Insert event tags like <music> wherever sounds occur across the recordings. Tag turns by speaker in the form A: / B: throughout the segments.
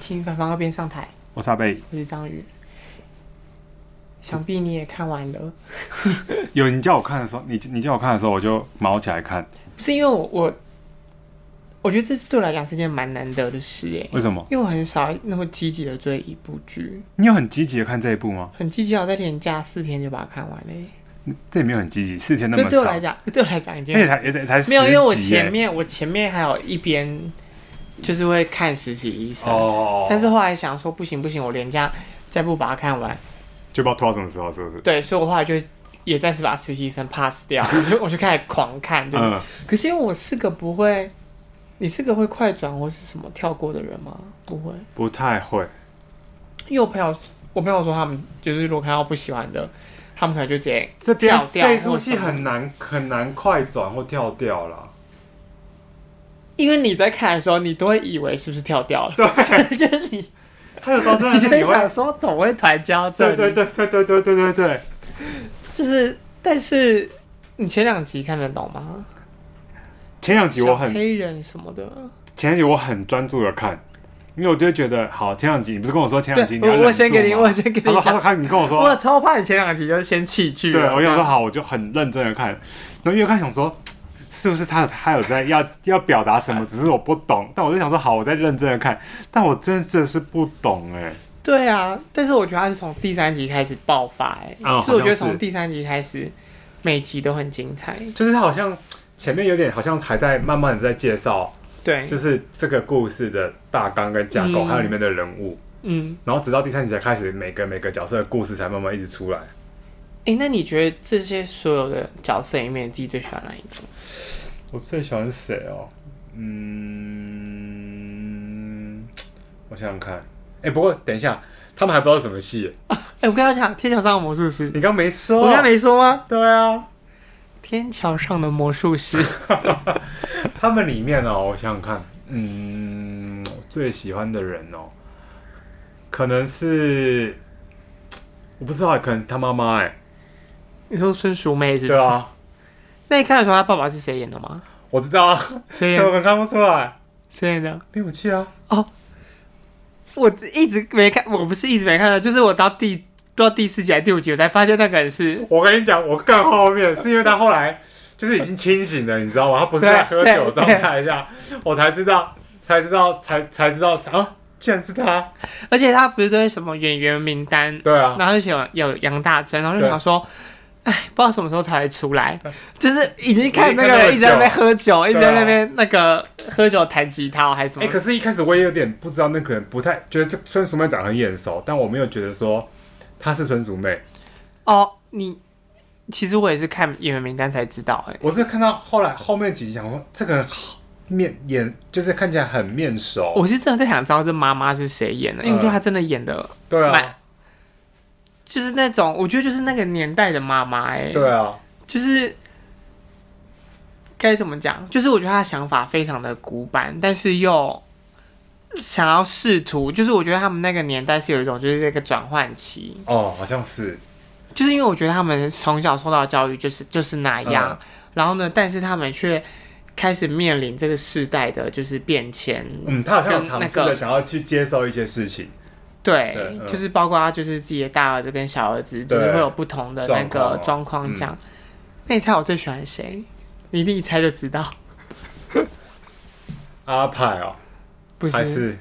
A: 请反方二辩上台，
B: 我是阿贝，
A: 我是章鱼。想必你也看完了，
B: 有你叫我看的时候，你你叫我看的时候，我就毛起来看，
A: 不是因为我我，我觉得这对我来讲是件蛮难得的事哎，
B: 为什么？
A: 因为我很少那么积极的追一部剧，
B: 你有很积极的看这一部吗？
A: 很积极地，我在连假四天就把它看完嘞。
B: 这也没有很积极，四天那
A: 这
B: 么
A: 对
B: 少，
A: 我来
B: 而
A: 讲，这对我来讲已经
B: 且才也才才十
A: 没有，因为我
B: 集耶
A: 前面我前面还有一边就是会看实习医生，
B: 哦，
A: 但是后来想说不行不行，我连假再不把它看完，
B: 就不知道拖到什么时候，是不是？
A: 对，所以我后来就也暂时把实习医生 pass 掉， <laughs> 我就开始狂看，就是、
B: 嗯，
A: 可是因为我是个不会，你是个会快转或是什么跳过的人吗？不会，
B: 不太会，
A: 因为我朋友我朋友说他们就是如果看到不喜欢的，他们可能就直接
B: 这
A: 边跳掉
B: 这一出
A: 或
B: 戏
A: 什么
B: 很难很难快转或跳掉啦。
A: 因为你在看的时候，你都会以为是不是跳掉了，对， <laughs> 就是你
B: 他有时候真
A: <laughs> 你
B: 的
A: 就是会
B: 你
A: 想
B: 会，
A: 说怎么会团交这
B: 对
A: 里？
B: 对对对对对对对对，
A: 就是，但是你前两集看得懂吗？
B: 前两集我
A: 小
B: 很
A: 黑人什么的，
B: 前两集我很专注的看，因为我就觉得好，前两集你不是跟我说前两集你要
A: 我我先给你，
B: 忍住吗
A: 我先给
B: 他
A: 你
B: 说他说
A: 讲。
B: 看你跟我
A: 我
B: 说，
A: 超怕你前两集就是先弃剧了。
B: 对啊我
A: 这
B: 想
A: 样
B: 说，好，我就很认真的看，然后越看想说。是不是他他有在要要表达什么？只是我不懂，但我就想说，好，我在认真的看，但我真的是不懂哎、
A: 对啊，但是我觉得他是从第三集开始爆发、欸，
B: 嗯
A: 就是我觉
B: 好像
A: 得
B: 是
A: 从第三集开始，每集都很精彩。
B: 就是好像前面有点好像还在慢慢的在介绍，
A: 对，
B: 是这个故事的大纲跟架
A: 构还有里
B: 面的人物，
A: 嗯，
B: 然后直到第三集才开始，每个每个角色的故事才慢慢一直出来。
A: 哎、那你觉得这些所有的角色里面，你自己最喜欢哪一个？
B: 我最喜欢谁哦？嗯，我想想看。哎、不过等一下，他们还不知道是什么戏耶。
A: 哎、我跟你讲，《天桥上的魔术师》
B: 你刚没说，
A: 我刚才没说吗？
B: 对啊。
A: 《天桥上的魔术师》
B: <laughs> 他们里面哦，我想想看，嗯，我最喜欢的人哦，可能是我不知道，可能他妈妈哎。
A: 你说孙淑妹是不
B: 对
A: 是？
B: 啊，
A: 那你看得出来他爸爸是谁演的吗？
B: 我知道啊，
A: 谁演？
B: 怎么可能看不出来？
A: 谁演的？
B: 没武器啊。
A: 我一直没看，我不是一直没看到，就是我到第到第四集还是第五集，我才发现那个人是。
B: 我跟你讲，我更后面是因为他后来就是已经清醒了，你知道吗？他不是在喝酒的状态下，我才知道，才知道，才才知道啊，竟然是他。
A: 而且他不是对什么演员名单，
B: 对啊，
A: 然后就写有杨大珍，然后就
B: 对
A: 想说，哎，不知道什么时候才会出来，就是已经看那个
B: 已
A: 人一
B: 经
A: 直在那
B: 看那么久
A: 边喝酒，一直在那
B: 对啊
A: 边那个喝酒弹吉他还是什
B: 哎、
A: 么。
B: 可是一开始我也有点不知道那个人，不太觉得这孙淑妹长得很眼熟，但我没有觉得说她是孙淑妹。
A: 哦，你其实我也是看演员名单才知道、哎，
B: 我是看到后来后面几集，想说这个人好面眼就是看起来很面熟。
A: 我是真的在想知道这妈妈是谁演的，因为我觉得她真的演的
B: 嗯对
A: 蛮
B: 啊，
A: 就是那种，我觉得就是那个年代的妈妈哎，
B: 对，啊，
A: 就是该怎么讲？就是我觉得她的想法非常的古板，但是又想要试图，就是我觉得他们那个年代是有一种就是这个转换期，
B: 哦，好像是。
A: 就是因为我觉得他们从小受到的教育就是就是那样，
B: 嗯
A: 然后呢，但是他们却开始面临这个世代的就是变迁，
B: 嗯，他好像有
A: 跟
B: 尝
A: 那
B: 试的
A: 个
B: 想要去接受一些事情。
A: 对，
B: 对嗯
A: 就是包括他就是自己的大儿子跟小儿子，就
B: 对
A: 是会有不同的那个
B: 状嗯
A: 状况这样。那你猜我最喜欢谁？你一定一猜就知道，
B: 阿派哦，
A: 不
B: 还
A: 是
B: 是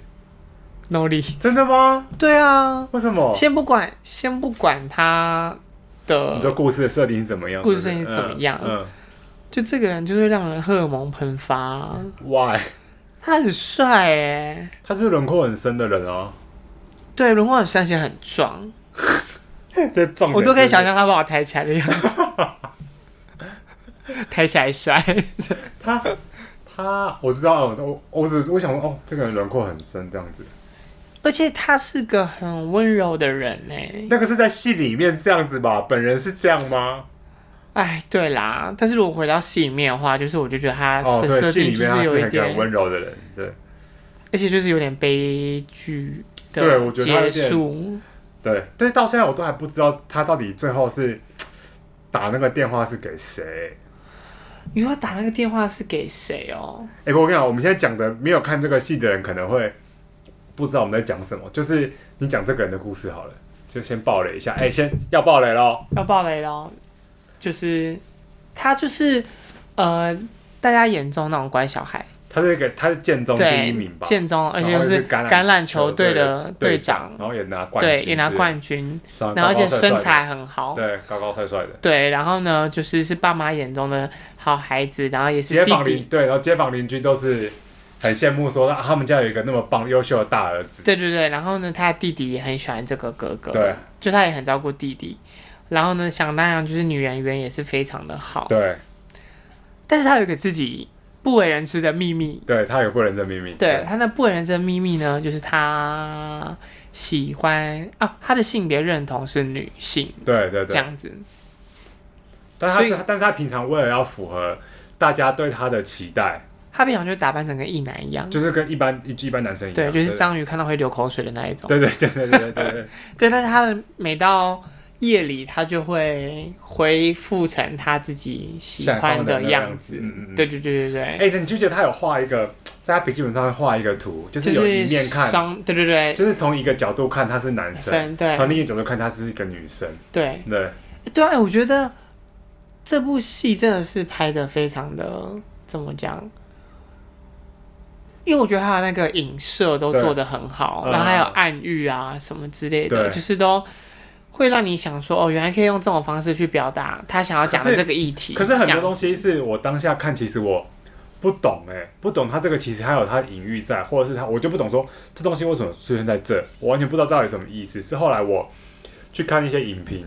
A: No 力。
B: 真的吗？
A: 对啊，
B: 为什么？
A: 先不管先不管他
B: 你
A: 的
B: 说，故事的设定是怎么样？
A: 故事设定是怎么样
B: 嗯
A: 就这个人就是让人荷尔蒙喷发、
B: 嗯，Why？
A: 他很帅哎、
B: 他是轮廓很深的人哦，
A: 对，轮廓很山且很壮，
B: <laughs> 这重点
A: 我都可以想
B: 是
A: 象他把我抬起来的样子，抬起来摔。
B: 他他，我知道，我我只我想说，哦，这个人轮廓很深这样子。
A: 而且他是个很温柔的人哎、
B: 那个是在戏里面这样子吧？本人是这样吗？
A: 哎，对啦，但是如果回到戏里面的话，就是我就觉得他
B: 哦，
A: 设
B: 对，
A: 设
B: 戏
A: 定
B: 里
A: 就
B: 面他
A: 有
B: 是
A: 一
B: 一个很温
A: 点，
B: 柔的人，对
A: 而且就是有点悲剧
B: 对
A: 的
B: 我觉得他有
A: 结
B: 点
A: 束。
B: 对。但是到现在我都还不知道他到底最后是打那个电话是给谁。
A: 你说他打那个电话是给谁哦？
B: 哎、不过我跟你讲，我们现在讲的没有看这个戏的人可能会不知道我们在讲什么，就是你讲这个人的故事好了，就先爆雷一下。哎、先要爆雷喽！
A: 要爆雷了，哦就是他就是呃，大家眼中那种乖小孩，
B: 他是个他是建中第
A: 对
B: 一名，吧？
A: 建中，而且又
B: 然后是橄榄
A: 橄榄球队
B: 球队
A: 的队长，
B: 然后也拿冠军
A: 对
B: 之类的，，啊
A: 也拿冠军，
B: 长得
A: 然后而
B: 高
A: 且
B: 高帅帅
A: 身
B: 的，
A: 材很好，
B: 对，高高帅帅的。
A: 对，然后呢，就是是爸妈眼中的好孩子，然后也
B: 街
A: 是弟
B: 坊邻
A: 弟，
B: 对，然后街坊邻居都是很羡慕说，啊他们家有一个那么棒优秀的大儿子。
A: 对对对，然后呢，他的弟弟也很喜欢这个哥哥，
B: 对，
A: 就他也很照顾弟弟，然后呢，想当然就是女人缘也是非常的好，
B: 对，
A: 但是他有一个自己不为人知的秘密，
B: 对他有过人证秘密。
A: 对，他那不为人知的秘密呢，就是他喜欢啊，他的性别认同是女性
B: 对对
A: 这
B: 对，
A: 样子，
B: 但他
A: 所
B: 是，但是他平常为了要符合大家对他的期待，
A: 他平常就打扮成跟一男一样，
B: 就是跟一般一一般男生一
A: 对，
B: 样，
A: 就是章鱼看到会流口水的那一种。
B: 对对对对对对对对，
A: 对，但是他的每到夜里，他就会恢复成他自己喜欢样
B: 想当的那样子嗯嗯嗯
A: 对对对对对，
B: 哎、你记不记得他有画一个，在他笔记本上会画一个图，就是有
A: 是
B: 一面看，
A: 双，对对对
B: 就是从一个角度看他是男生，
A: 生对
B: 从另一个角度看他是一个女生，
A: 对
B: 对，
A: 对啊！哎我觉得这部戏真的是拍的非常的怎么讲？因为我觉得他的那个影射都
B: 对
A: 做的很好，
B: 嗯
A: 然后还有暗喻啊什么之类的，
B: 对
A: 就是都会让你想说，哦，原来可以用这种方式去表达他想要讲
B: 可
A: 的
B: 是
A: 这个议题。
B: 可是很
A: 这
B: 多
A: 样
B: 东西是我当下看，其实我不懂哎、不懂它这个其实还有它的隐喻在，或者是它我就不懂说这东西为什么出现在这，我完全不知道到底什么意思。是后来我去看一些影评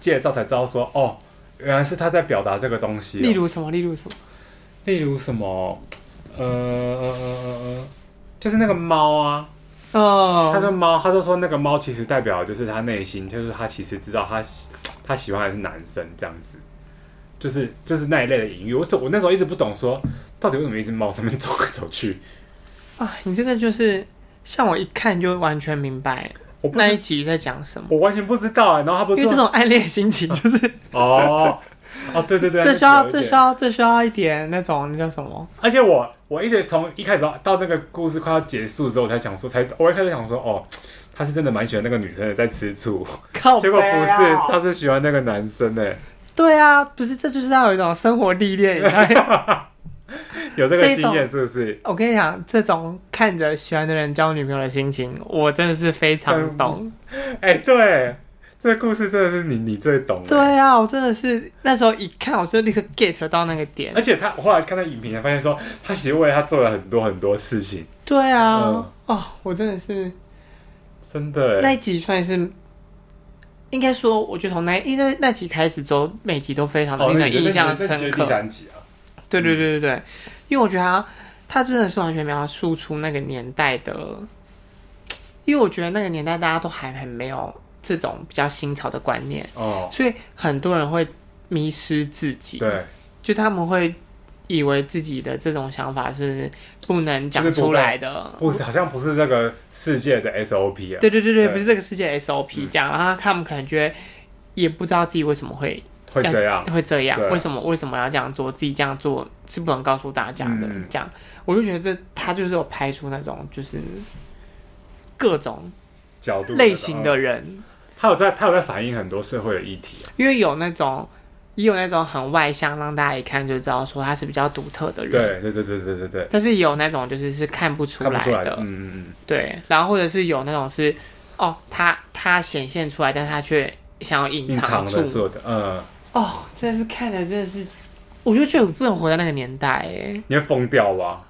B: 介绍才知道说，哦，原来是他在表达这个东西哦、
A: 例如什么，例如什么。
B: 例如什么，呃呃呃呃呃，就是那个猫啊，
A: 哦，
B: 他说猫，他就说那个猫其实代表的就是他内心，就是他其实知道他喜他喜欢的是男生这样子，就是就是那一类的隐喻。我走，我那时候一直不懂说到底为什么一只猫上面 <laughs> 走来走去，
A: 啊，你这个就是像我一看就完全明白
B: 我不
A: 那一
B: 知
A: 集在讲什么，
B: 我完全不知道啊、然后他不
A: 因
B: 是
A: 为这
B: 说
A: 种暗恋心情就是
B: 哦哦对对对，
A: <laughs> 这需要
B: 那
A: 这
B: 个有一点
A: 需要这需要一点那种那叫什么？
B: 而且我我一直从一开始到到那个故事快要结束之后，我才想说，才我一开始想说哦。他是真的蛮喜欢那个女生的，在吃醋，
A: 靠
B: 结果
A: 背
B: 不
A: 啊
B: 是，他是喜欢那个男生的，
A: 对啊，不是，这就是要有一种生活历练。你知道
B: <laughs>
A: 吗
B: 有这个
A: 这种
B: 经验是不是？
A: 我跟你讲，这种看着喜欢的人交女朋友的心情，我真的是非常懂。
B: 哎、对，这个故事真的是你你最懂。，欸
A: 对啊，我真的是那时候一看，我就立刻 get 到那个点
B: 而。且他我后来看到影评才发现说，他其实为了他做了很多很多事情，
A: 对啊
B: 嗯，
A: 哦，我真的是。
B: 真的
A: 那
B: 哎。
A: 一集算是，应该说，我就从那因为那集开始之后，每集都非常的令
B: 那
A: 人
B: 哦你觉得
A: 哦印象
B: 那你觉得
A: 深
B: 第
A: 刻。
B: 三集啊，
A: 对对对对对，因为我觉得他他真的是完全描述出那个年代的，因为我觉得那个年代大家都还很没有这种比较新潮的观念，
B: 哦，
A: 所以很多人会迷失自己，
B: 对，
A: 就他们会以为自己的这种想法是不能
B: 就
A: 讲
B: 是不被
A: 出来的，
B: 不是好像不是这个世界的 SOP 啊。
A: 对对对对，
B: 对嗯
A: 不是这个世界的 SOP 这样，然后他们可能觉得也不知道自己为什么会
B: 会这样，
A: 会这样
B: 对，
A: 为什么为什么要这样做，自己这样做是不能告诉大家的。
B: 嗯
A: 这样，我就觉得这他就是有拍出那种就是各种
B: 角度
A: 类型
B: 嗯
A: 的人，
B: 他有在他有在反映很多社会的议题啊。
A: 因为有那种也有那种很外向，让大家一看就知道说他是比较独特的人。
B: 对对对对对对对，
A: 但是也有那种就是是看不出
B: 看不
A: 来
B: 出来
A: 的，
B: 的，嗯嗯
A: 对，然后或者是有那种是哦，他他显现出来，但他却想要
B: 嗯，
A: 隐
B: 隐藏
A: 住
B: 的，做的，嗯，
A: 哦，真的是看了，真的是，我就觉得我不能活在那个年代，哎，
B: 你会疯掉吧？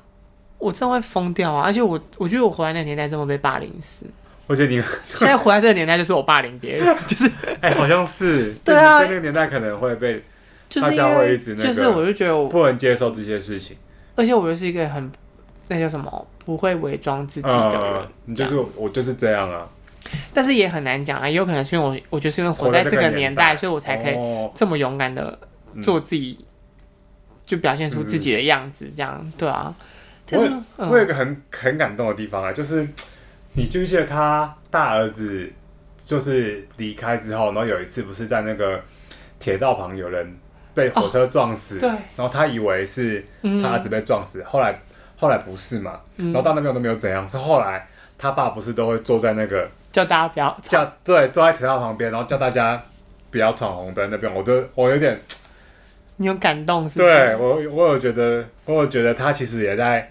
A: 我真的会疯掉啊！而且我，我觉得我活在那个年代，真的会被霸凌死。
B: 我觉得你 <laughs>
A: 现在活在这个年代，就是我霸凌别人，就是
B: 哎，好像是，
A: 对啊
B: 就你在那个年代可能会被
A: 就是因
B: <laughs> 大家会
A: 为
B: 一直那个
A: 就是我就觉得我，
B: 不能接受这些事情。
A: 而且我又是一个很那叫什么不会伪装自己的人，
B: 嗯，你就是我就是这样啊，
A: 但是也很难讲啊，也有可能是因为我我就是因为活在这个年代，所以我才可以
B: 哦嗯
A: 这么勇敢的做自己，就表现出自己的样子，这样对啊。但是，嗯
B: 我有一个很很感动的地方啊，就是你记不记得他大儿子就是离开之后，然后有一次不是在那个铁道旁有人被火车撞死，
A: 对嗯
B: 然后他以为是他儿子被撞死，后来后来不是嘛，然后到那边我都没有怎样，是后来他爸不是都会坐在那个
A: 叫大家不要吵。
B: 叫对坐在铁道旁边，然后叫大家不要闯红灯那边，我都我有点
A: 你有感动是不是？
B: 对我我有觉得，我有觉得他其实也在，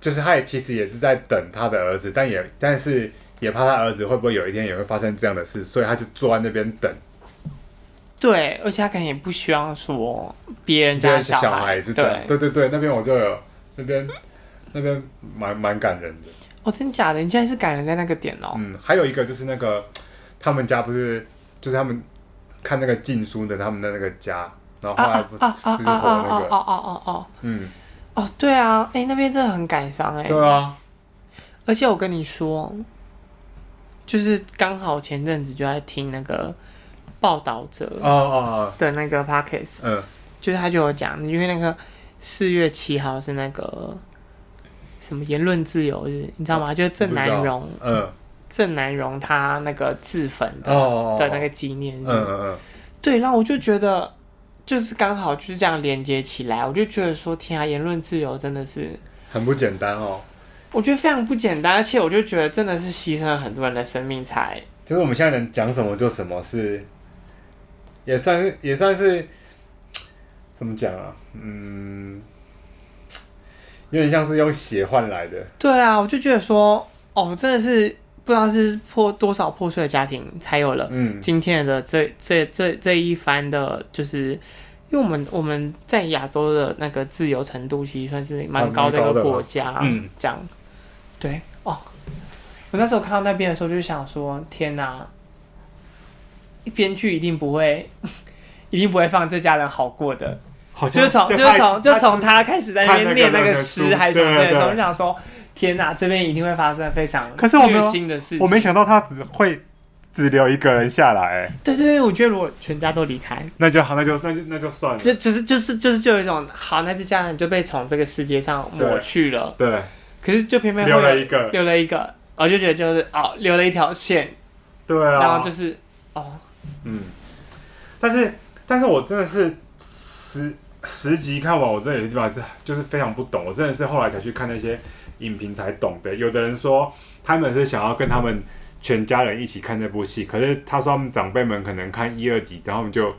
B: 就是他也其实也是在等他的儿子，但也但是也怕他儿子会不会有一天也会发生这样的事，所以他就坐在那边等。
A: 对，而且他可能也不希望说别人
B: 别
A: 家
B: 人
A: 的
B: 小
A: 孩
B: 孩是这样，
A: 对，
B: 对对对，那边我就有那边那边蛮蛮感人的。
A: 哦，真假的？你竟然是感人在那个点哦。
B: 嗯，还有一个就是那个他们家不是就是他们看那个禁书的他们的那个家，然后后来不
A: 啊啊
B: 失
A: 啊啊
B: 火那
A: 啊啊
B: 个，
A: 啊啊啊！
B: 嗯，
A: 哦，对啊，哎、那边真的很感伤哎、
B: 对啊，
A: 而且我跟你说，就是刚好前阵子就在听那个报道者
B: 哦哦哦，
A: 的那个 podcast，
B: 嗯，
A: 就是他就有讲，因为那个四月七号是那个什么言论自由日，你知道吗？
B: 哦
A: 就是郑南荣，
B: 嗯，哦
A: 郑南荣他那个自焚的、
B: 哦哦，
A: 的那个纪念日，
B: 嗯嗯嗯，
A: 对，然后我就觉得。就是刚好就是这样连接起来，我就觉得说，天啊，言论自由真的是
B: 很不简单哦。
A: 我觉得非常不简单，而且我就觉得真的是牺牲了很多人的生命才
B: 就是我们现在能讲什么就什么是，也算是也算是怎么讲啊？嗯，有点像是用血换来的。
A: 对啊。我就觉得说，哦，真的是不知道是破多少破碎的家庭才有了
B: 嗯，
A: 今天的这这这这一番的，就是因为我们我们在亚洲的那个自由程度其实算是蛮高的一
B: 蛮高
A: 个
B: 的嘛
A: 国家，
B: 嗯，
A: 这样对哦。我那时候看到那边的时候，就想说，天哪、编剧一定不会， <laughs> 一定不会放这家人好过的。
B: 好
A: 就是从
B: 嗯对
A: 就是
B: 他
A: 从就
B: 他
A: 从他开始在那边念那个
B: 看那
A: 诗
B: 个
A: 还是什么之类的时候，我
B: 对对对
A: 就想说，天哪，这边一定会发生非常
B: 可是我没有
A: 虐心的事情。
B: 我没想到他只会只留一个人下来、
A: 对对对，我觉得如果全家都离开，
B: 那就好，那就那就那就算了。
A: 就就是就是就是就有一种好，那这家人就被从这个世界上抹去了。
B: 对，
A: 可是就偏偏会
B: 留了
A: 有
B: 一个
A: 留了一个，我就觉得就是哦，留了一条线，
B: 对啊。
A: 然后就是哦，
B: 嗯，但是但是我真的是十十集看完，我真的有些地方是就是非常不懂，我真的是后来才去看那些影评才懂的。有的人说他们是想要跟他们全家人一起看这部戏，可是他说他们长辈们可能看一二集，然后他们就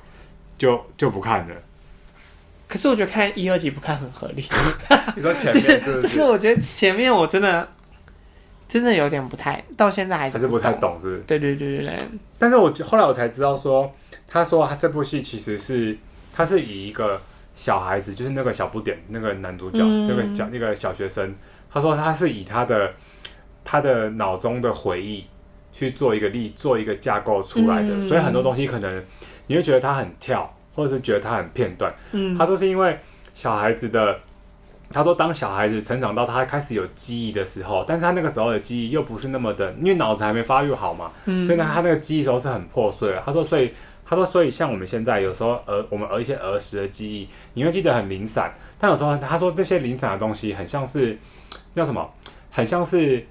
B: 就就不看了。
A: 可是我觉得看一二集不看很合理，
B: <laughs> 你说前
A: 就是 <laughs> 就是？我觉得前面我真的真的有点不太，到现在还
B: <laughs> 还
A: 是
B: 是不太
A: 懂。
B: 懂，是不是？
A: 对对对对对。
B: 但是我就后来我才知道说，他说他这部戏其实是他是以一个小孩子，就是那个小不点那个男主角，
A: 嗯
B: 这个小那个小学生，他说他是以他的他的脑中的回忆去做一个例，做一个架构出来的，
A: 嗯
B: 所以很多东西可能你会觉得他很跳，或者是觉得他很片段。
A: 嗯
B: 他说是因为小孩子的，他说当小孩子成长到他开始有记忆的时候，但是他那个时候的记忆又不是那么的，因为脑子还没发育好嘛，
A: 嗯
B: 所以呢，他那个记忆时候是很破碎的。他说，所以他说，所以像我们现在有时候儿我们儿一些儿时的记忆，你会记得很零散，但有时候他说这些零散的东西很像是叫什么，很像是。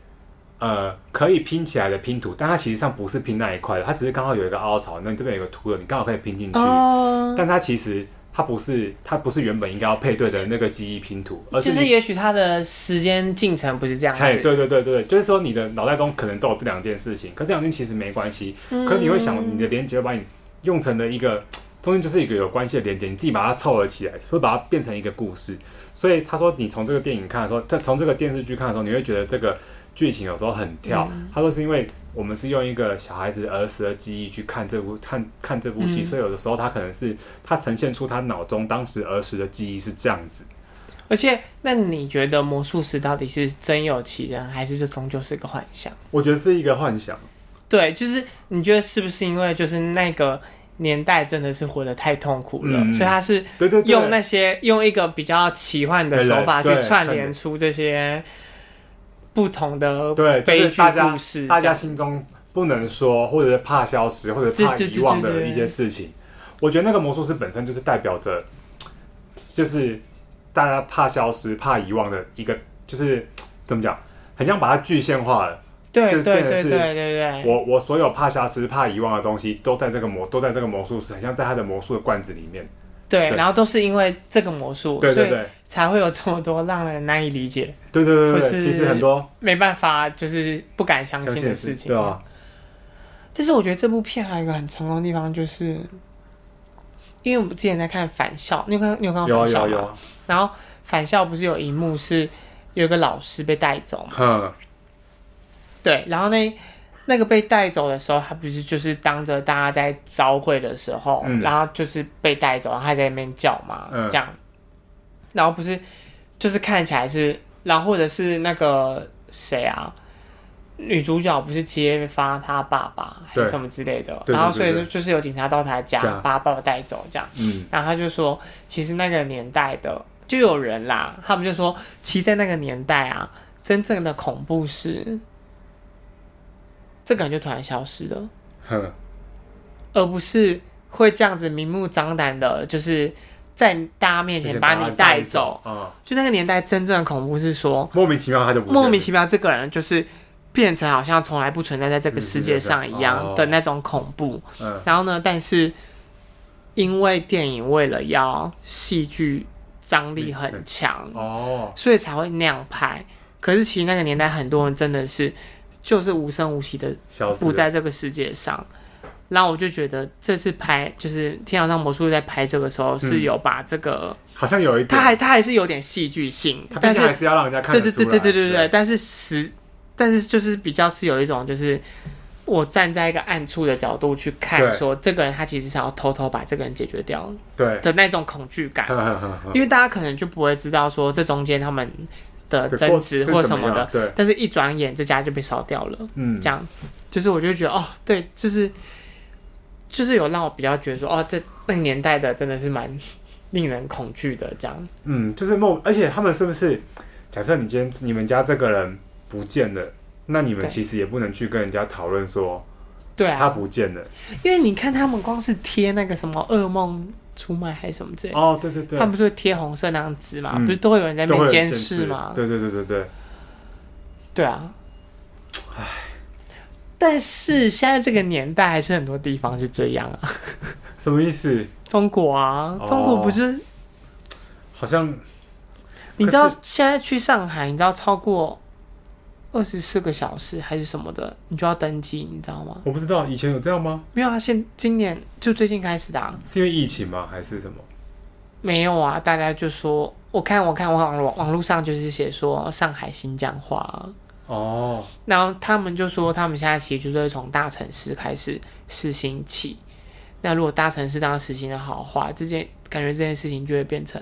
B: 呃，可以拼起来的拼图，但它其实上不是拼那一块的，它只是刚好有一个凹槽，那你这边有个凸的，你刚好可以拼进嗯去。
A: 哦，
B: 但是它其实它不是它不是原本应该要配对的那个记忆拼图，而是
A: 就
B: 你
A: 是也许他的时间进程不是这样
B: 嘿，
A: 子，
B: 对对对对对，就是说你的脑袋中可能都有这两件事情，可这两件其实没关系，
A: 嗯
B: 可是你会想你的连接会把你用成了一个中间就是一个有关系的连接，你自己把它凑合起来，会把它变成一个故事。所以他说，你从这个电影看的时候，在从这个电视剧看的时候，你会觉得这个剧情有时候很跳。
A: 嗯
B: 他说是因为我们是用一个小孩子儿时的记忆去看这部看看这部戏，
A: 嗯
B: 所以有的时候他可能是他呈现出他脑中当时儿时的记忆是这样子。
A: 而且，那你觉得魔术师到底是真有其人，还是这终究是个幻想？
B: 我觉得是一个幻想。
A: 对，就是你觉得是不是因为就是那个年代真的是活得太痛苦了，
B: 嗯
A: 所以他是
B: 对对对，
A: 用那些用一个比较奇幻的手法去
B: 对对
A: 串
B: 串
A: 联
B: 联
A: 出这些不同的
B: 对就是
A: 悲剧
B: 大家
A: 故事，
B: 大家
A: 这样
B: 心中不能说，或者是怕消失，或者是怕
A: 对对对
B: 遗忘
A: 对
B: 的
A: 对
B: 一些事情。我觉得那个魔术师本身就是代表着，就是大家怕消失、怕遗忘的一个，就是怎么讲，很像把它具现化了。
A: 对
B: 就
A: 对
B: 变
A: 对对
B: 成是
A: 对对，
B: 我我所有怕消失、怕遗忘的东西，都在这个魔，都在这个魔术师，很像在他的魔术的罐子里面。
A: 对，
B: 对
A: 然后都是因为这个魔术，
B: 对
A: 所
B: 对
A: 以
B: 对，
A: 才会有这么多让人难以理解、
B: 对对对
A: 或
B: 对对，
A: 是
B: 其实很多
A: 没办法就是不敢相
B: 相
A: 信
B: 信
A: 的
B: 的
A: 事
B: 事，
A: 情。
B: 对啊，
A: 但是我觉得这部片还有一个很成功的地方，就是因为我们之前在看《返校》，你有看你有看过
B: 有
A: 《
B: 啊
A: 返
B: 有
A: 校》
B: 啊
A: 吗？
B: 有啊，
A: 然后《返校》不是有一幕是有一个老师被带走嘛？
B: 哼，
A: 对，然后那那个被带走的时候，他不是就是当着大家在招会的时候，
B: 嗯
A: 然后就是被带走，然后还在那边叫嘛，
B: 嗯
A: 这样，然后不是就是看起来是，然后或者是那个谁啊，女主角不是揭发她爸爸还
B: 对
A: 是什么之类的，
B: 对对
A: 然后所以
B: 对
A: 就
B: 对
A: 就是有警察到她家
B: 这样
A: 把她爸爸带走这样。
B: 嗯，
A: 然后他就说，其实那个年代的就有人啦，他们就说，其实在那个年代啊，真正的恐怖是这个人就突然消失了，
B: 哼，
A: 而不是会这样子明目张胆的，就是在大家面前把
B: 而且
A: 你
B: 他
A: 带走。
B: 啊，
A: 就那个年代真正的恐怖是说，
B: 莫名其妙他就不见了
A: 莫名其妙这个人就是变成好像从来不存在在这个世界上一样的那种恐怖。
B: 嗯
A: 然后呢，但是因为电影为了要戏剧张力很强，
B: 哦，
A: 所以才会那样拍。可是其实那个年代很多人真的是就是无声无息的
B: 消失
A: 不
B: 了，
A: 在这个世界上。然后我就觉得这次拍就是《天堂上魔术》在拍这个时候
B: 嗯
A: 是有把这个，
B: 好像有一
A: 他
B: 点，
A: 还他还是有点戏剧性
B: 他，
A: 但
B: 毕
A: 是
B: 竟还是要让人家看
A: 对
B: 得
A: 对
B: 出来，
A: 对对对对对，
B: 对，
A: 但是实，但是就是比较是有一种就是我站在一个暗处的角度去看，
B: 对
A: 说这个人他其实想要偷偷把这个人解决掉
B: 对，
A: 的那种恐惧感，
B: 哼哼哼哼
A: 因为大家可能就不会知道说这中间他们的
B: 对
A: 争执
B: 是
A: 或什
B: 怎
A: 么
B: 样
A: 的，
B: 对，
A: 但是一转眼这家就被烧掉了，
B: 嗯
A: 这，样就是我就觉得哦，对，就是就是有让我比较觉得说哦，这那个年代的真的是蛮 <laughs> 令人恐惧的这样，
B: 嗯，就是梦，而且他们是不是？假设你今天你们家这个人不见了，那你们
A: 对
B: 其实也不能去跟人家讨论说
A: 对啊，
B: 他不见了。
A: 因为你看他们光是贴那个什么噩梦出卖还是什么之类的，
B: 哦，对对对，
A: 他们不是会贴红色那张纸嘛，
B: 嗯
A: 不是都会有人在那
B: 都会
A: 边
B: 有
A: 监
B: 监
A: 视嘛？
B: 对对对对对，
A: 对啊，但是现在这个年代还是很多地方是这样啊，
B: 什么意思？
A: 中国啊，
B: 哦
A: 中国不是、
B: 好像
A: 你知道
B: 可是
A: 现在去上海，你知道超过二十四个小时还是什么的，你就要登记，你知道吗？
B: 我不知道以前有这样吗？
A: 没有啊，现今年就最近开始的、啊，
B: 是因为疫情吗？还是什么？
A: 没有啊，大家就说。我看，我看网网网络上就是写说上海新疆话啊、
B: 哦，
A: 然后他们就说，他们现在其实就是会从大城市开始试行起。那如果大城市当然实行的好的话，这件感觉这件事情就会变成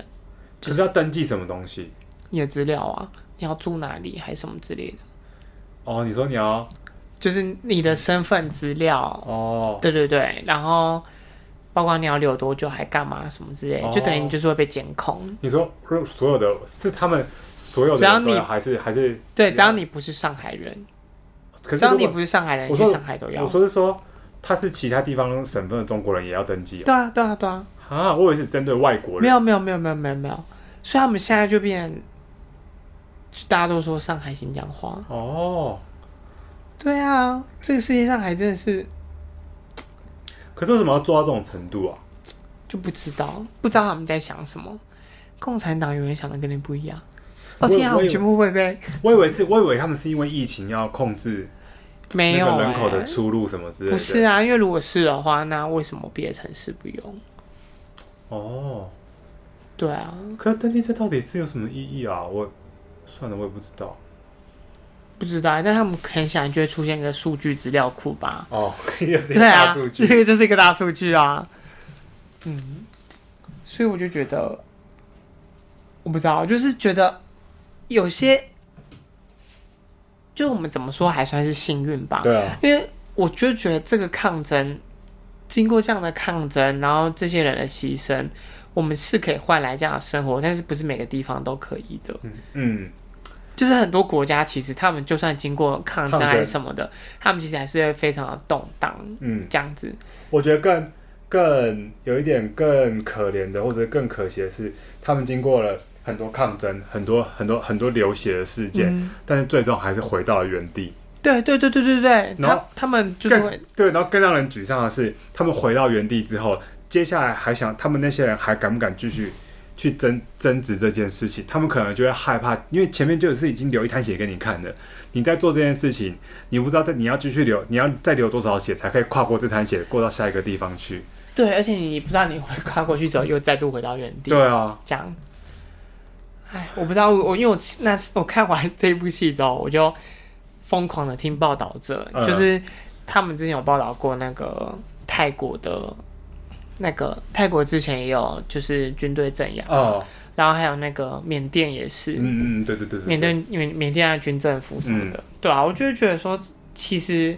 B: 可是要登记什么东西？
A: 你的资料啊，你要住哪里还是什么之类的，
B: 哦，你说你要
A: 就是你的身份资料，
B: 哦，
A: 对对对，然后包括你要留多久，还干嘛什么之类的，
B: 哦
A: 就等于你就是会被监控。
B: 你说所有的是他们所有的
A: 只要
B: 人都
A: 你
B: 要还是还是？
A: 对，
B: 了
A: 只要你不是上海人，
B: 可
A: 只
B: 是
A: 要
B: 如
A: 你
B: 果
A: 不是上海人，你
B: 我
A: 去
B: 说
A: 上海都要
B: 我。说是说他是其他地方省份的中国人也要登记哦
A: 对啊，对啊，对啊。
B: 啊？我以为是针对外国
A: 没
B: 人。
A: 有没有没有没有没有没有，所以他们现在就变，就大家都说上海新疆话。
B: 哦，
A: 对啊，这个世界上还真的是
B: 可是为什么要做到这种程度啊？
A: 就不知道，不知道他们在想什么。共产党永远想的跟你不一样。哦
B: 我
A: 天啊，
B: 我
A: 我们
B: 以为
A: 全部会被
B: 我以为是，我以为他们是因为疫情要控制
A: 没
B: 那
A: 有、
B: 个
A: 欸、
B: 人口的出入什么之类的。
A: 不是啊，因为如果是的话，那为什么别的城市不用？
B: 哦，
A: 对啊，
B: 可是登记这到底是有什么意义啊？我算了，我也不知道。
A: 不知道欸，但他们很显然就会出现一个数据资料库吧？
B: 哦， <laughs> 又是一个
A: 对
B: 大
A: 啊
B: 数，
A: 这
B: 据。
A: <laughs> 个就是一个大数据啊。嗯，所以我就觉得，我不知道，就是觉得有些，就我们怎么说还算是幸运吧，
B: 对啊，
A: 因为我就觉得这个抗争，经过这样的抗争，然后这些人的牺牲，我们是可以换来这样的生活，但是不是每个地方都可以的。
B: 嗯，
A: 就是很多国家其实他们就算经过抗争
B: 抗
A: 还是
B: 争
A: 什么的，他们其实还是会非常的动荡，
B: 嗯，
A: 这样子。
B: 我觉得更更有一点更可怜的，或者更可惜的是，他们经过了很多抗争，很多很多很多流血的事件，
A: 嗯
B: 但是最终还是回到了原地。
A: 对对对对对对，
B: 然后
A: 他他们就是会
B: 对，然后更让人沮丧的是，他们回到原地之后，接下来还想他们那些人还敢不敢继续去争争执这件事情，他们可能就会害怕，因为前面就是已经流一滩血给你看了，你在做这件事情，你不知道在你要继续流，你要再流多少血才可以跨过这滩血，过到下一个地方去。
A: 对，而且你不知道你会跨过去之后又再度回到原地，
B: 对啊，
A: 这样。哎，我不知道，我因为我那次我看完这部戏之后，我就疯狂的听报道者，
B: 嗯
A: 就是他们之前有报道过那个泰国的，那个泰国之前也有就是军队镇压，
B: 哦，
A: 然后还有那个缅甸也是，
B: 嗯嗯，对对对嗯对
A: 缅
B: 对，
A: 甸缅缅甸的军政府什么的，对啊，我就会觉得说，其实，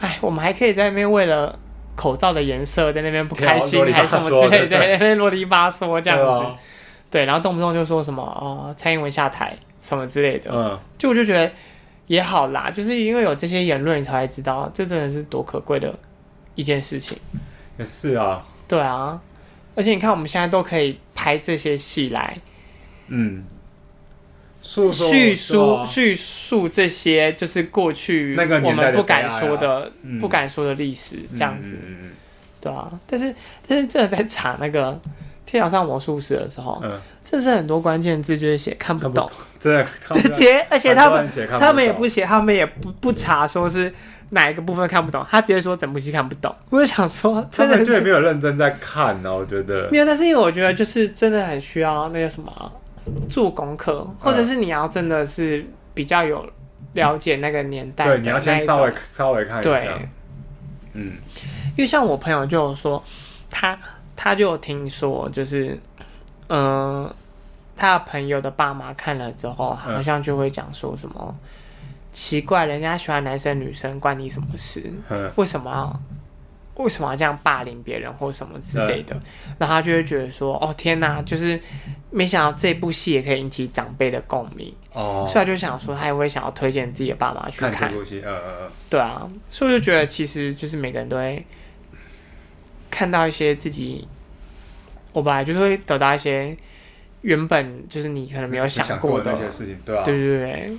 A: 哎，我们还可以在那边为了口罩的颜色在那边不开心
B: 对啊
A: 还是什么之类
B: 啰
A: 的，
B: 里吧嗦对
A: 在那边啰里吧嗦这样
B: 对
A: 子，
B: 啊
A: 对，然后动不动就说什么哦，蔡英文下台什么之类的，
B: 嗯，
A: 就我就觉得也好啦，就是因为有这些言论，你才会知道这真的是多可贵的一件事情，
B: 也是啊，
A: 对啊，而且你看我们现在都可以拍这些戏来。
B: 嗯，诉说
A: 叙
B: 对
A: 述
B: 啊
A: 叙述这些就是过去
B: 那个
A: 我
B: 年代
A: 们
B: 的
A: 不敢
B: 悲哀啊
A: 说的、
B: 嗯
A: 不敢说的历史，这样子，
B: 嗯
A: 对啊。但是但是真的在查那个《天桥上魔术师》的时候，
B: 嗯嗯，
A: 这是很多关键字就是写看不懂，
B: 这
A: 直接，而且他们他们也不
B: 行，
A: 写，他们也不不查说是哪一个部分看不懂，他直接说整部戏看不懂。我就想说，真
B: 他
A: 啊的
B: 们就也
A: 是
B: 没有认真在看呢、我觉得
A: 没有，但是因为我觉得就是真的很需要那个什么啊做功课，或
B: 嗯
A: 者是你要真的是比较有了解那个年代的
B: 对，你要先
A: 那一
B: 稍微
A: 种
B: 稍微看一
A: 对，
B: 下，嗯
A: 因为像我朋友就有说，他他就有听说，就是嗯、呃他的朋友的爸妈看了之后，
B: 嗯
A: 好像就会讲说什么、奇怪，人家喜欢男生女生关你什么事？
B: 嗯
A: 为什么要为什么要这样霸凌别人或什么之类的？然后他就会觉得说，哦天哪，就是没想到这部戏也可以引起长辈的共鸣，
B: 哦
A: 所以他就想说，他也会想要推荐自己的爸妈去
B: 看
A: 看
B: 这。部戏，嗯嗯嗯，
A: 对啊，所以我就觉得其实就是每个人都会看到一些自己，我本来就是会得到一些原本就是你可能没有
B: 你想
A: 过
B: 过
A: 的，
B: 那些事情，对吧、
A: 对对对。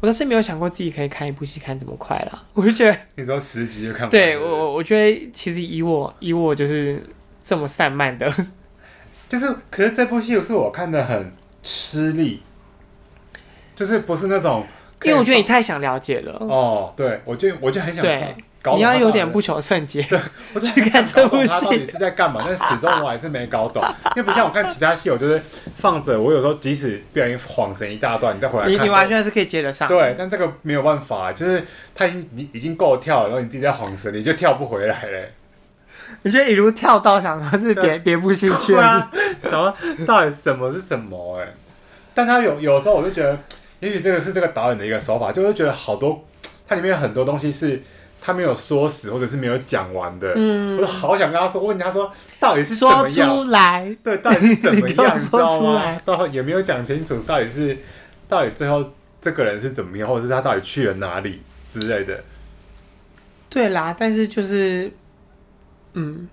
A: 我倒是没有想过自己可以看一部戏看这么快啦，我就觉得
B: 你说十集就
A: <laughs>
B: 看完，
A: 对我，我我觉得其实以我以我就是这么散漫的，
B: 就是，可是这部戏是我看的很吃力，就是不是那种可
A: <laughs>
B: 以放，
A: 因为我觉得你太想了解了，
B: <laughs> 哦，对我就我就很想
A: 对
B: 看搞懂
A: 你要
B: 他
A: 有
B: 到
A: 点
B: 底
A: 不求甚解。
B: <laughs> 我就
A: 去看这部戏
B: 他到底是在干嘛？但始终我还是没搞懂，因为不像我看其他戏，我就是放着，我有时候即使不小心晃神一大段，你再回来
A: 你
B: 看，
A: 你完全是可以接得上，
B: 对，但这个没有办法，就是他已经你已经够跳了，然后你自己在晃神，你就跳不回来了。
A: 你觉得一路跳到想说是别别部戏去
B: 对
A: 了是
B: 啊，然后到底什么是什么、哎，但他有有时候我就觉得，也许这个是这个导演的一个手法，就会觉得好多，它里面有很多东西是。他没有说死，或者是没有讲完的，嗯，我就好想跟他说，问他说到底是怎
A: <laughs> 说
B: 么样，
A: 出来，
B: 对，到底是怎么
A: 你给我
B: 样，你知
A: 说
B: 道
A: 出
B: 吗
A: 来？
B: 到也没有讲清楚，到底是到底最后这个人是怎么样，或者是他到底去了哪里之类的。
A: 对啦，但是就是，嗯，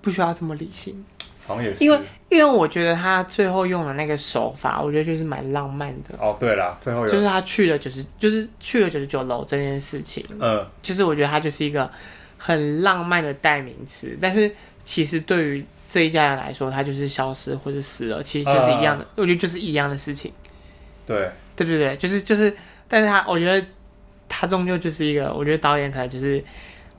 A: 不需要这么理性，
B: 好像也是，
A: 因为因为我觉得他最后用的那个手法，我觉得就是蛮浪漫的，
B: 哦，对啦，最后有，
A: 就是他去了九十，就是去了九十九楼这件事情，
B: 嗯，
A: 就是我觉得他就是一个很浪漫的代名词，但是其实对于这一家人来说，他就是消失或是死了，其实就是一样的，我觉得就是一样的事情。
B: 对，
A: 对对对，就是就是，但是他我觉得他终究就是一个，我觉得导演可能就是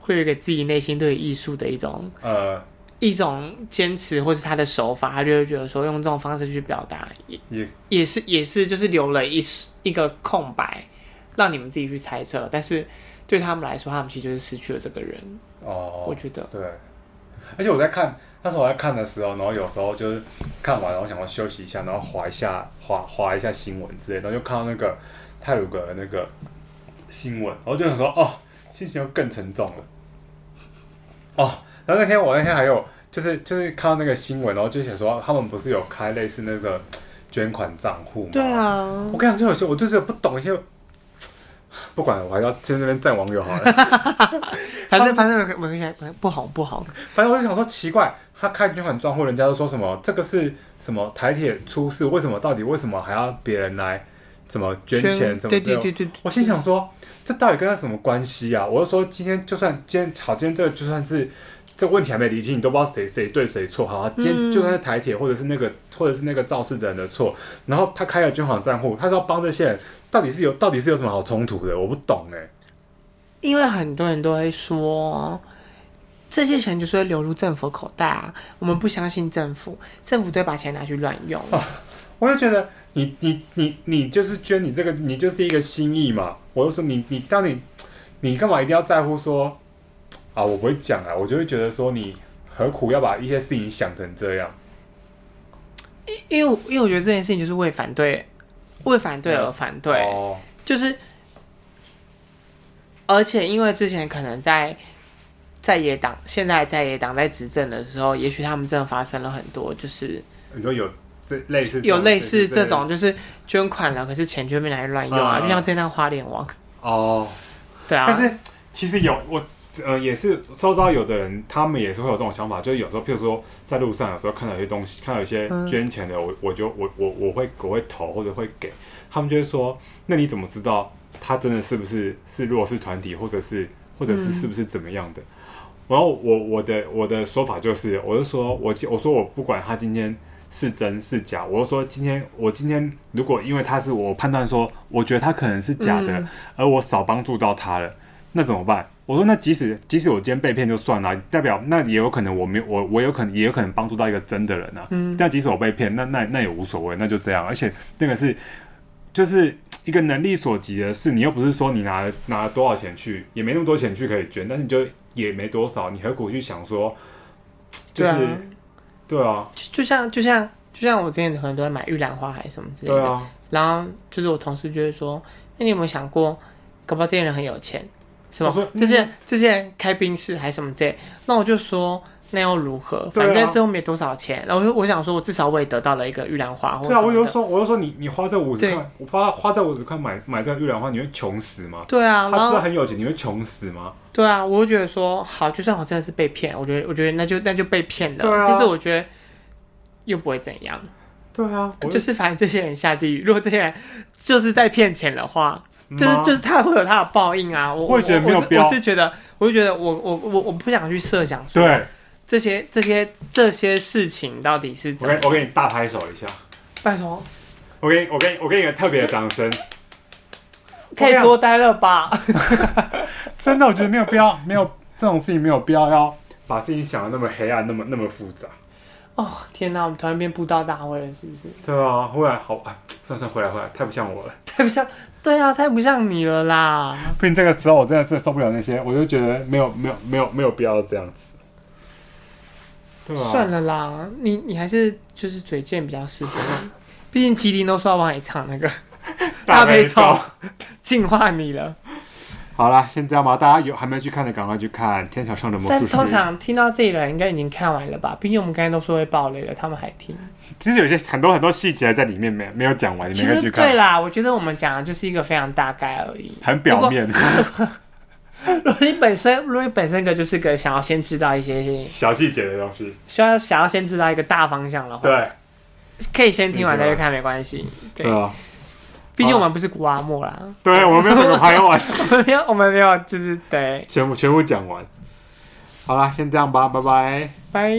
A: 会有一个自己内心对艺术的一种
B: 呃，
A: 一种坚持，或是他的手法，他就会觉得说用这种方式去表达，也
B: 也
A: 也是也是就是留了一一个空白，让你们自己去猜测，但是。对他们来说，他们其实就是失去了这个人。我
B: 哦，
A: 觉得，
B: 对。而且我在看那时候我在看的时候，然后有时候就是看完，然后想要休息一下，然后划一下划划一下新闻之类的，然后就看到那个泰鲁格的那个新闻，然后就想说，哦，心情又更沉重了。哦，然后那天我那天还有就是就是看到那个新闻，然后就想说他们不是有开类似那个捐款账户吗？
A: 对啊，
B: 我跟你讲，就有些我就是不懂一些， <sighs> 不管了，我还要先这边站网友好了。
A: 反正反正没没没不好不好，
B: 反正我就想说，奇怪，他开捐款账户，人家都说什么这个是什么台铁出事，为什么到底为什么还要别人来怎么捐钱？怎么
A: 对
B: 之
A: 对
B: 类的
A: 对对，对
B: 我心想说，这到底跟他什么关系啊？我就说，今天就算今天好，今天这个就算是这个问题还没理清，你都不知道谁谁对谁错。好，啊
A: 嗯
B: 今天就算是台铁或者是那个或者是那个肇事的人的错，然后他开了捐款账户，他是要帮这些人，到底是有到底是有什么好冲突的？我不懂哎、
A: 因为很多人都会说，这些钱就是会流入政府口袋啊，我们不相信政府，政府都会把钱拿去乱用。
B: 我就觉得你你你你就是捐你这个，你就是一个心意嘛。我就说你你当你你干嘛一定要在乎说啊？我不会讲啊，我就会觉得说你何苦要把一些事情想成这样？
A: 因为我因为我觉得这件事情就是为反对，为反对而反对，
B: 哦、
A: 就是，而且因为之前可能在在野党，现在在野党在执政的时候，也许他们真的发生了很多，就是
B: 你说有这类似这
A: 有类似这
B: 类
A: 种，
B: 似
A: 就是捐款了，可是钱却被拿来乱用啊，
B: 嗯嗯
A: 就像这样花莲王，
B: 哦。
A: 对啊，
B: 但是其实有我呃也是周遭有的人，他们也是会有这种想法，就是有时候，譬如说在路上，有时候看到一些东西，看到一些
A: 嗯
B: 捐钱的，我我就我我我会我会投或者会给，他们就会说，那你怎么知道他真的是不是是弱势团体，或者是或者是
A: 嗯
B: 是不是怎么样的？然后我我的我的说法就是，我就说我我说我不管他今天是真是假，我就说今天我今天如果因为他是我判断说，我觉得他可能是假的，
A: 嗯
B: 而我少帮助到他了，那怎么办？我说那即使即使我今天被骗就算了，啊代表那也有可能我没有我我有可能也有可能帮助到一个真的人啊。
A: 嗯
B: 但即使我被骗，那那那也无所谓，那就这样。而且那个是就是一个能力所及的事，你又不是说你拿了拿了多少钱去，也没那么多钱去可以捐，但是你就也没多少，你何苦去想说，就是
A: 对啊
B: 对啊，
A: 就就像就像就像我之前可能都在买玉兰花还是什么之类
B: 对
A: 的，
B: 啊，
A: 然后就是我同事就会说，哎那你有没有想过，搞不好这些人很有钱，是吧
B: 我说？嗯
A: 这些这些人开宾士还是什么之类，那我就说。那又如何？
B: 对啊
A: 反正最后没多少钱。然后我就我想说，我至少我也得到了一个玉兰花或
B: 对啊，我
A: 有
B: 就说我就说你你花这五十
A: 对
B: 块，我花花这五十块买买这个玉兰花，你会穷死吗？
A: 对啊，然
B: 他知道
A: 后
B: 很有钱，你会穷死吗？
A: 对啊，我就觉得说，好，就算我真的是被骗，我觉得我觉得那就那就被骗了。
B: 对啊
A: 但是我觉得又不会怎样，
B: 对啊，我
A: 就是反正这些人下地狱。如果这些人就是在骗钱的话，就是
B: 妈
A: 就是他会有他的报应啊！我
B: 我嗯也觉得没有
A: 我是
B: 标
A: 我是觉得，我就觉得我我我我不想去设想说
B: 对，
A: 这些这些这些事情到底是
B: 我
A: 怎么
B: 给。我给你大拍手一下，
A: 拜托，
B: 我给你我给你我给你个特别的掌声。
A: 可以
B: 我跟你
A: 多待了吧？
B: 真的，我觉得没有必要，没有这种事情没有必要要把事情想的那么黑暗，那么那么复杂。
A: 哦天哪，我们突然变布道大会了，是不是？
B: 对啊，忽然好啊，算算回来回来，太不像我了。
A: 太不像，对啊，太不像你了啦！
B: 毕竟这个时候我真的是受不了那些，我就觉得没有没有没有没有必要这样子。对啊，
A: 算了啦，你你还是就是嘴贱比较适合你，毕竟吉林都说要往里唱那个大悲咒
B: 大悲，
A: 净化你了。
B: 好啦，先这样吧，大家有还没去看的赶快去看《天桥上的魔
A: 但
B: 术师
A: 通》。常听到这里的人应该已经看完了吧？毕竟我们刚才都说会爆雷了，他们还听。
B: 其实有些很多很多细节在里面没没有讲完，你
A: 其
B: 们可以
A: 实
B: 去
A: 对
B: 看，
A: 啦，我觉得我们讲的就是一个非常大概而已。
B: 很表面。
A: 如果你本身，如果你本身个就是个想要先知道一些，
B: <laughs> 小细节的东西。
A: 需要想要先知道一个大方向的话，
B: 对，
A: 可以先听完再去看，没关系。对，
B: 啊，
A: 毕竟我们不是古阿莫啦， <laughs>
B: 对，我们没有整个拍完，
A: 我们没有，我们没有，就是对，
B: 全部全部讲完。好啦，先这样吧，拜拜。
A: 拜。